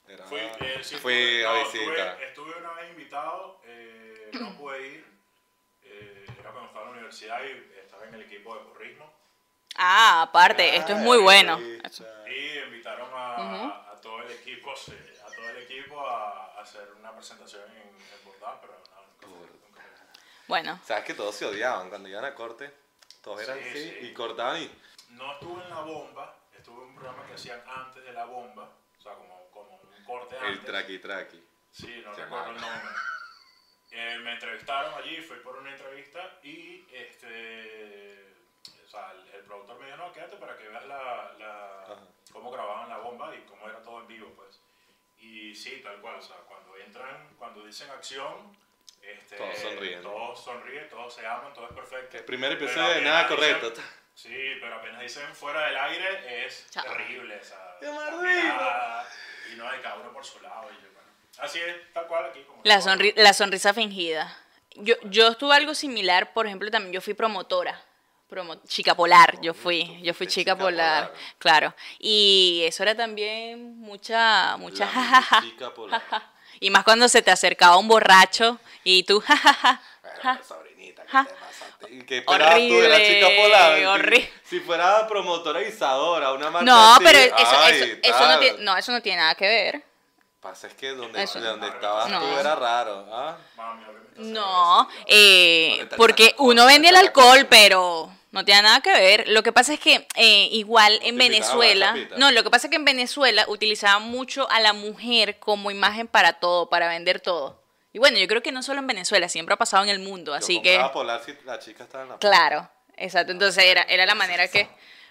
Speaker 3: era
Speaker 9: Fui, eh, sí,
Speaker 3: Ah, fui a
Speaker 9: no,
Speaker 3: visita.
Speaker 9: Estuve, estuve una vez invitado, eh, no pude ir. eh, era cuando estaba en la universidad y estaba en el equipo de porrismo.
Speaker 1: Ah, aparte, esto es muy bueno.
Speaker 9: Y invitaron a,
Speaker 1: Ujú.
Speaker 9: a todo el equipo, sí, a todo el equipo a, a hacer una presentación en el portal, pero no, nunca fue- nunca fue.
Speaker 1: Bueno.
Speaker 3: Sabes que todos se odiaban cuando iban a corte. Todos eran
Speaker 9: Sí,
Speaker 3: así
Speaker 9: sí.
Speaker 3: y cortaban y
Speaker 9: No estuve en la bomba, estuve en un programa que hacían antes de la bomba, o sea, como, como un corte
Speaker 3: el
Speaker 9: antes.
Speaker 3: traqui traqui.
Speaker 9: Sí, no
Speaker 3: Se
Speaker 9: recuerdo
Speaker 3: llamaba.
Speaker 9: el nombre. Eh, me entrevistaron allí, fui por una entrevista y este, o sea, el, el productor me dijo, no, quédate para que veas la, la- cómo grababan la bomba y cómo era todo en vivo, pues. Y sí, tal cual, o sea, cuando entran, cuando dicen acción, este,
Speaker 3: Todos sonríen, ¿no?
Speaker 9: Todos sonríen, todos se aman, todo es perfecto.
Speaker 3: El primer
Speaker 9: Pero
Speaker 3: episodio de
Speaker 9: apenas
Speaker 3: nada
Speaker 9: dicen-
Speaker 3: correcto.
Speaker 9: Sí, pero apenas dicen fuera del aire es terrible, o sea,
Speaker 3: ¡Qué
Speaker 9: la
Speaker 3: maravilla!
Speaker 9: mirada, Y no hay cada uno por su lado. Y yo, bueno, así es, tal cual aquí. Como
Speaker 1: La, sonri- la sonrisa fingida. Yo, yo estuve algo similar, por ejemplo, también yo fui promotora. promo- chica polar, yo fui, yo fui chica polar, claro. Y eso era también mucha, mucha
Speaker 3: La
Speaker 1: jajaja.
Speaker 3: chica polar.
Speaker 1: jaja. Y más cuando se te acercaba un borracho y tú jajaja. ja, ja.
Speaker 3: ¿Y ¿Qué esperabas tú de la chica
Speaker 1: Horrible,
Speaker 3: polar? Si-
Speaker 1: horrible.
Speaker 3: Si, fuera promotora guisadora, una marca
Speaker 1: No,
Speaker 3: así,
Speaker 1: pero eso,
Speaker 3: ay,
Speaker 1: eso- eso no
Speaker 3: tal.
Speaker 1: tiene, no, eso no tiene nada que ver.
Speaker 3: Pasa es que donde,
Speaker 1: Eso.
Speaker 3: de donde estabas
Speaker 1: No.
Speaker 3: tú era raro, ¿ah?
Speaker 1: No, eh, porque uno vende el alcohol, pero no tiene nada que ver. Lo que pasa es que eh, igual en Venezuela,
Speaker 11: chapita.
Speaker 1: no, lo que pasa es que en Venezuela utilizaban mucho a la mujer como imagen para todo, para vender todo. Y bueno, yo creo que no solo en Venezuela, siempre ha pasado en el mundo, así
Speaker 3: Yo
Speaker 1: que...
Speaker 3: compraba polar si la chica estaba en la
Speaker 1: Claro, exacto. Entonces era, era la manera que...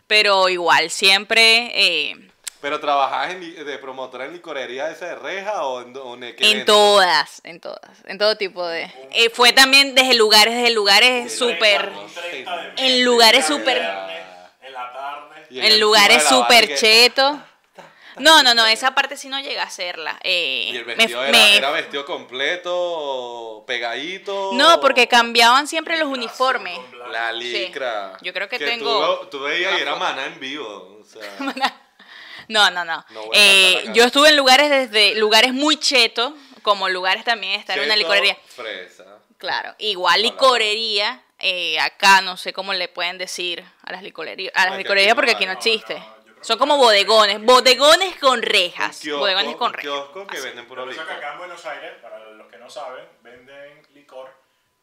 Speaker 1: Pero igual, siempre eh,
Speaker 3: Pero trabajas en li- de promotora en licorería esa de reja o en, do- o en, qué
Speaker 1: En
Speaker 3: vende?
Speaker 1: todas, en todas, en todo tipo de... eh, fue también desde lugares, desde lugares súper... En lugares súper...
Speaker 3: Y
Speaker 1: En
Speaker 3: encima de
Speaker 1: lugares
Speaker 3: la
Speaker 1: súper
Speaker 3: barriga-
Speaker 1: cheto. No, no, no, esa parte sí no llega a hacerla. Eh,
Speaker 3: Y el
Speaker 1: me-
Speaker 3: vestido era,
Speaker 1: me-
Speaker 3: era vestido completo, pegadito.
Speaker 1: No, porque cambiaban siempre los uniformes.
Speaker 3: La licra.
Speaker 1: Yo creo que
Speaker 3: tú
Speaker 1: tengo
Speaker 3: lo- Tú, veías
Speaker 1: una
Speaker 3: y era
Speaker 1: foto.
Speaker 3: mana en vivo. O sea,
Speaker 1: No, no, no.
Speaker 3: No voy a
Speaker 1: Eh,
Speaker 3: cantar acá.
Speaker 1: yo estuve en lugares desde lugares muy cheto, como lugares también estar en una
Speaker 3: cheto,
Speaker 1: licorería.
Speaker 3: Fresa.
Speaker 1: Claro, igual licorería, eh, acá no sé cómo le pueden decir a las licorerías, a las
Speaker 3: Porque
Speaker 1: licorerías
Speaker 3: aquí
Speaker 1: porque
Speaker 3: no
Speaker 1: aquí no
Speaker 3: hay,
Speaker 1: existe. Son como bodegones, bodegones con rejas,
Speaker 3: Kiosco-
Speaker 1: bodegones con
Speaker 3: un
Speaker 1: rejas.
Speaker 3: kiosco que venden puro
Speaker 9: Lo que pasa es que
Speaker 3: licor.
Speaker 9: acá en Buenos Aires, para los que no saben, venden licor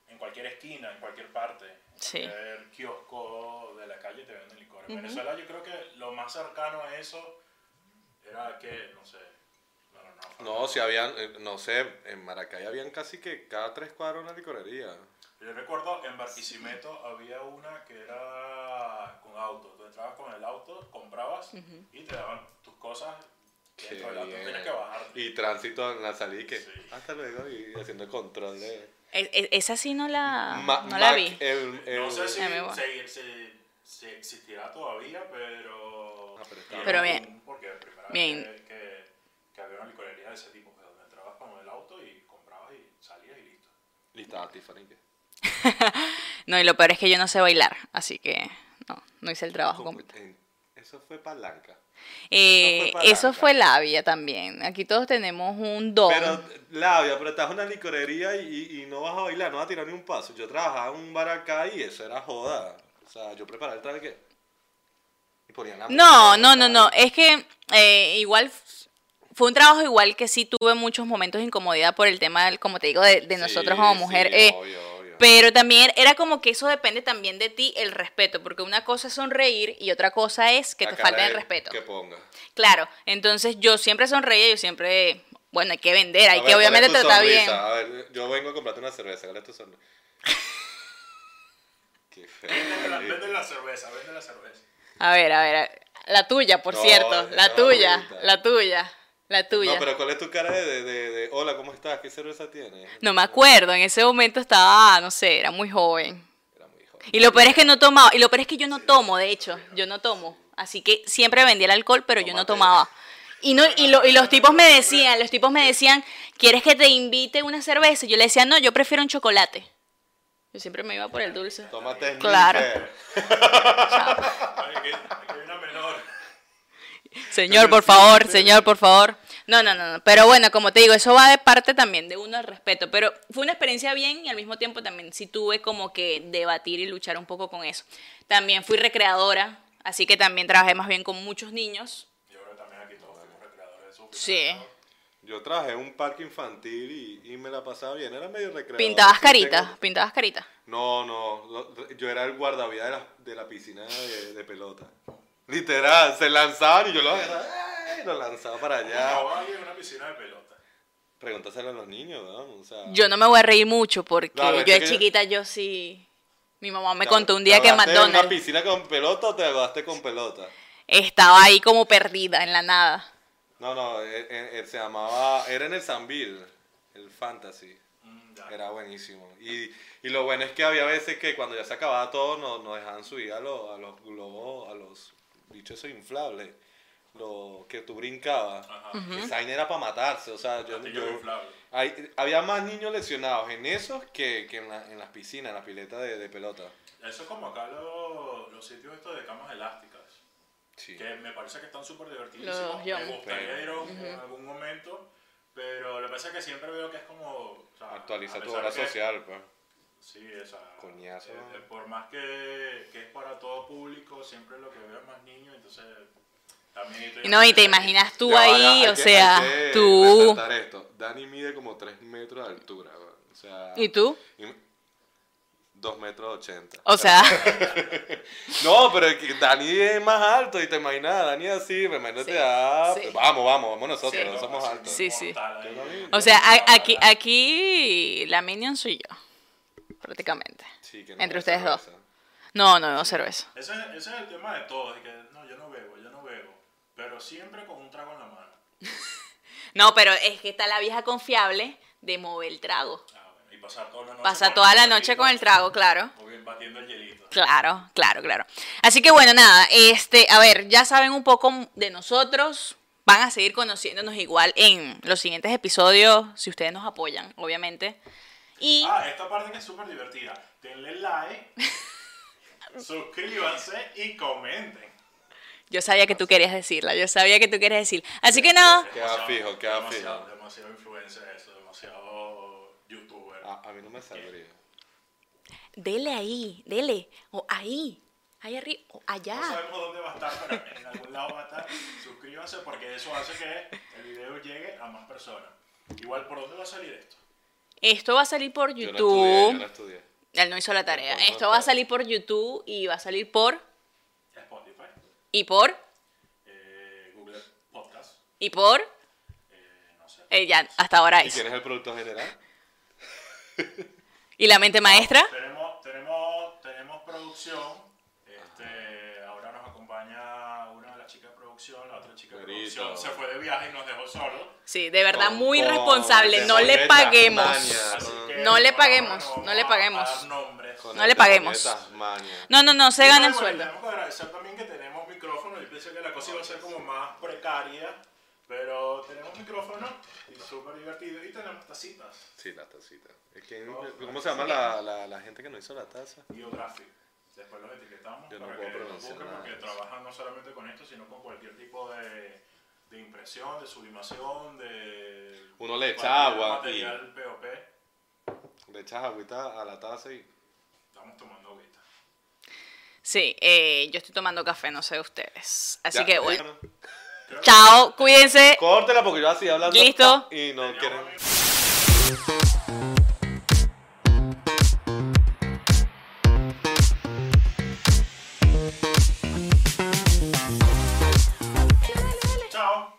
Speaker 9: en cualquier esquina, en cualquier parte. En
Speaker 1: Sí.
Speaker 9: cualquier kiosco de la calle te venden licor. En
Speaker 1: Ujú.
Speaker 9: Venezuela yo creo que lo más cercano a eso era que, no sé,
Speaker 3: No, si habían, eh, no sé, en Maracay habían casi que cada tres cuadros una licorería.
Speaker 9: yo recuerdo en Barquisimeto había una que era con auto. Tú entrabas con el auto, comprabas
Speaker 3: Ujú.
Speaker 9: y te daban tus cosas.
Speaker 3: Qué
Speaker 9: dentro del auto.
Speaker 3: bien.
Speaker 9: Tenías que bajar.
Speaker 3: Y tránsito en la salida y que ah, hasta luego y haciendo control de...
Speaker 1: Es- es- esa sí no la,
Speaker 3: Ma-
Speaker 1: Ah, no la
Speaker 3: Mac,
Speaker 1: vi.
Speaker 3: el- el-
Speaker 9: No sé si,
Speaker 1: Ah, me voy.
Speaker 9: si- si- si existirá todavía, pero.
Speaker 3: Ah, está.
Speaker 1: Pero
Speaker 9: era
Speaker 1: bien.
Speaker 9: un- Porque la primera
Speaker 1: Bien.
Speaker 9: vez que, que, que había una licorería de ese tipo, que donde entrabas con el auto y comprabas y salías y listo.
Speaker 3: Y estaba ah, Tiffany. que-
Speaker 1: No, y lo peor es que yo no sé bailar, así que no, no hice el trabajo
Speaker 3: Como-
Speaker 1: completo.
Speaker 3: en- Eso fue palanca.
Speaker 1: Eh,
Speaker 3: fue
Speaker 1: eso
Speaker 3: palanca.
Speaker 1: fue labia también. Aquí todos tenemos un don.
Speaker 3: Pero, labia, pero estás en una licorería y, y- y no vas a bailar, no vas a tirar ni un paso. Yo trabajaba en un bar acá y eso era joda. O sea, yo preparaba el traje que... Y ponía la
Speaker 1: No, no, no, no. Es que eh, igual f- fue un trabajo igual que sí tuve muchos momentos de incomodidad por el tema, del- como te digo, de, de nosotros como mujer. eh, Pero también era como que eso depende también de ti, el respeto, porque una cosa es sonreír y otra cosa es que
Speaker 3: la
Speaker 1: te
Speaker 3: cara
Speaker 1: falten el
Speaker 3: de-
Speaker 1: respeto.
Speaker 3: Que ponga.
Speaker 1: Claro, entonces yo siempre sonreía, yo siempre, bueno, hay que vender, hay
Speaker 3: A ver,
Speaker 1: que
Speaker 3: ¿cuál es
Speaker 1: obviamente
Speaker 3: tu
Speaker 1: tratar
Speaker 3: sonrisa?
Speaker 1: bien.
Speaker 3: A ver, yo vengo a comprarte una cerveza, ¿cuál es tu sonrisa? Qué feo.
Speaker 9: Vende la, vende la cerveza, vende la cerveza.
Speaker 1: A ver, a ver, a ver. la tuya, por
Speaker 3: No,
Speaker 1: cierto,
Speaker 3: esa
Speaker 1: la
Speaker 3: no
Speaker 1: tuya,
Speaker 3: ahorita.
Speaker 1: la tuya, la tuya.
Speaker 3: No, pero ¿cuál es tu cara de, de, de- de, hola, ¿cómo estás? ¿Qué cerveza tienes?
Speaker 1: No me acuerdo, en ese momento estaba, no sé, era muy joven. Y lo peor es que no tomaba, y lo peor es que yo no tomo, de hecho, yo no tomo. Así que siempre vendía el alcohol, pero yo no tomaba. Y, no, y, lo- y los tipos me decían, los tipos me decían, ¿quieres que te invite una cerveza? Yo le decía, no, yo prefiero un chocolate. Yo siempre me iba por el dulce.
Speaker 3: Tómate
Speaker 1: Claro.
Speaker 3: Snickers.
Speaker 1: Señor, por favor, señor, por favor. No, no, no, no. Pero bueno, como te digo, eso va de parte también de uno al respeto. Pero fue una experiencia bien y al mismo tiempo también sí tuve como que debatir y luchar un poco con eso. También fui recreadora, así que también trabajé más bien con muchos niños. Sí.
Speaker 3: Yo traje un parque infantil y, y me la pasaba bien, era medio recreador.
Speaker 1: Pintabas
Speaker 3: Sí,
Speaker 1: caritas,
Speaker 3: tengo-
Speaker 1: pintabas caritas.
Speaker 3: No, no, lo- yo era el guardavidas de la, de la piscina de, de pelota. Literal, se lanzaban y yo lo agarraba ¡ay! y lo lanzaba para allá.
Speaker 9: Un caballo en una piscina de pelota.
Speaker 3: Pregúntaselo a los niños, ¿no? O sea,
Speaker 1: Yo no me voy a reír mucho porque
Speaker 3: Claro,
Speaker 1: yo
Speaker 3: este
Speaker 1: de
Speaker 3: que-
Speaker 1: chiquita yo sí... Mi mamá me
Speaker 3: ¿te-
Speaker 1: contó un
Speaker 3: te
Speaker 1: día que
Speaker 3: ahogaste en una
Speaker 1: McDonald's
Speaker 3: piscina con pelota o te agarraste con pelota?
Speaker 1: estaba ahí como perdida en la nada.
Speaker 3: No, no, eh, eh, eh, se llamaba, era en el Zambil, el Fantasy.
Speaker 9: Mm,
Speaker 3: Era buenísimo. Y, y lo bueno es que había veces que cuando ya se acababa todo, nos, nos dejaban subir a los, a los globos, a los bichos esos inflables, los que tú brincabas.
Speaker 9: Ujú.
Speaker 3: Esa vaina era para matarse, o sea, yo...
Speaker 9: Castillo
Speaker 3: yo-
Speaker 9: inflable.
Speaker 3: hay- había más niños lesionados en esos que, que en, la- en las piscinas, en las piletas de, de pelota.
Speaker 9: Eso es como acá lo- los sitios estos de camas elásticas. Que me parece que están súper divertidísimos.
Speaker 1: Los young.
Speaker 9: Me gustaría ir a un-
Speaker 1: Ujú.
Speaker 9: en algún momento, pero lo que pasa es que siempre veo que es como... o sea,
Speaker 3: Actualiza
Speaker 9: a
Speaker 3: tu
Speaker 9: pesar
Speaker 3: obra
Speaker 9: que-
Speaker 3: social, pues.
Speaker 9: Sí, o sea,
Speaker 3: Coñazo.
Speaker 9: eh, por más que, que es para todo público, siempre lo que veo es más niños, entonces también... estoy-
Speaker 1: Y No, y te imaginas tú
Speaker 3: Ya va, ya,
Speaker 1: ahí,
Speaker 3: hay
Speaker 1: o
Speaker 3: que-
Speaker 1: sea,
Speaker 3: hay que
Speaker 1: tú.
Speaker 3: resaltar esto. Dani mide como 3 metros de altura. weón. O sea,
Speaker 1: ¿Y tú?
Speaker 3: 2 metros 80.
Speaker 1: O sea.
Speaker 3: no, pero es que Dani es más alto y te imaginas, Dani así, me imagino te da. pues,
Speaker 1: sí.
Speaker 3: Vamos, vamos, vamos nosotros,
Speaker 1: Sí.
Speaker 3: no somos altos.
Speaker 1: Sí, sí.
Speaker 3: Yo no
Speaker 9: eh.
Speaker 3: vi-
Speaker 1: O sea, a- aquí, aquí la Minion soy yo, prácticamente.
Speaker 3: Sí, que no
Speaker 1: Entre
Speaker 3: bebo
Speaker 1: ustedes dos.
Speaker 3: cerveza.
Speaker 1: No, no bebo cerveza.
Speaker 9: Ese, es- ese es el tema de todos, es que no, yo no bebo, yo no bebo. Pero siempre con un trago en la mano.
Speaker 6: No, pero es que está la vieja confiable de mover el trago.
Speaker 9: Ah, Y pasar toda la noche.
Speaker 6: Pasa
Speaker 9: con
Speaker 6: toda
Speaker 9: el
Speaker 6: la noche
Speaker 9: hielito,
Speaker 6: con el trago, claro.
Speaker 9: o bien Batiendo el hielito.
Speaker 6: Claro, claro, claro. Así que bueno, nada, este, a ver, ya saben un poco de nosotros. Van a seguir conociéndonos igual en los siguientes episodios, si ustedes nos apoyan, obviamente. Y
Speaker 9: Ah, esta parte que es súper divertida. Denle like, suscríbanse y comenten.
Speaker 6: yo sabía que tú querías decirla, yo sabía que tú querías decir. Así que nada,
Speaker 3: Queda fijo, queda
Speaker 9: demasiado,
Speaker 3: fijo.
Speaker 9: Demasiado influencer eso, demasiado youtuber.
Speaker 3: Ah, A, a mí no me saldría.
Speaker 6: dele ahí, dele, o ahí, ahí arriba, o allá.
Speaker 9: No sabemos dónde va a estar, pero en algún lado va a estar. Suscríbanse porque eso hace que el video llegue a más personas. Igual, ¿por dónde va a salir esto?
Speaker 6: Esto va a salir por
Speaker 3: Yo la
Speaker 6: YouTube.
Speaker 3: estudié, yo la estudié.
Speaker 6: Él no hizo la tarea.
Speaker 3: Por
Speaker 6: Esto va a salir por YouTube y va a salir por
Speaker 9: Spotify,
Speaker 6: y por
Speaker 9: eh, Google Podcast.
Speaker 6: y por. Eh, ya, hasta ahora
Speaker 3: ¿Y
Speaker 6: es.
Speaker 3: quién es el productor general?
Speaker 6: ¿Y la mente maestra?
Speaker 9: Tenemos, tenemos, tenemos producción. Este, ahora nos acompaña una de las chicas de producción, la otra chica de
Speaker 3: Clarito.
Speaker 9: producción se fue de viaje y nos dejó solos.
Speaker 6: Sí, de verdad,
Speaker 3: Con-
Speaker 6: muy
Speaker 3: con-
Speaker 6: responsable.
Speaker 3: con-
Speaker 6: No le
Speaker 3: con-
Speaker 6: paguemos.
Speaker 3: Tasmania, con-
Speaker 6: No le paguemos, no le paguemos.
Speaker 3: con
Speaker 6: No
Speaker 3: el
Speaker 6: le paguemos.
Speaker 3: de Tasmania.
Speaker 6: No, no, no, se
Speaker 9: Y
Speaker 6: gana el
Speaker 9: bueno,
Speaker 6: sueldo.
Speaker 9: Tenemos que agradecer también que tenemos micrófonos. Yo pensé que la cosa iba a ser como más precaria, pero tenemos micrófonos y súper divertido. Y tenemos tacitas.
Speaker 3: Sí, la tacita. Es que- ¿Cómo se llama la, la, la gente que no hizo la taza?
Speaker 9: Biographic. Después los etiquetamos
Speaker 3: Yo no
Speaker 9: para
Speaker 3: puedo
Speaker 9: que los
Speaker 3: pronunciar
Speaker 9: busquen
Speaker 3: nada
Speaker 9: porque
Speaker 3: de eso.
Speaker 9: trabajan no solamente con esto, sino con cualquier tipo de, de impresión, de sublimación, de...
Speaker 3: Uno le echa
Speaker 9: cualquier
Speaker 3: agua y-
Speaker 9: Material POP.
Speaker 3: Le echas agüita a la taza y
Speaker 9: Estamos tomando agüita.
Speaker 6: Sí, eh, yo estoy tomando café, no sé ustedes. Así
Speaker 3: Ya,
Speaker 6: que bueno.
Speaker 3: déjalo.
Speaker 6: Chao, cuídense.
Speaker 3: Córtela porque yo así hablando.
Speaker 6: Listo.
Speaker 3: Y no quieren.
Speaker 9: Chao.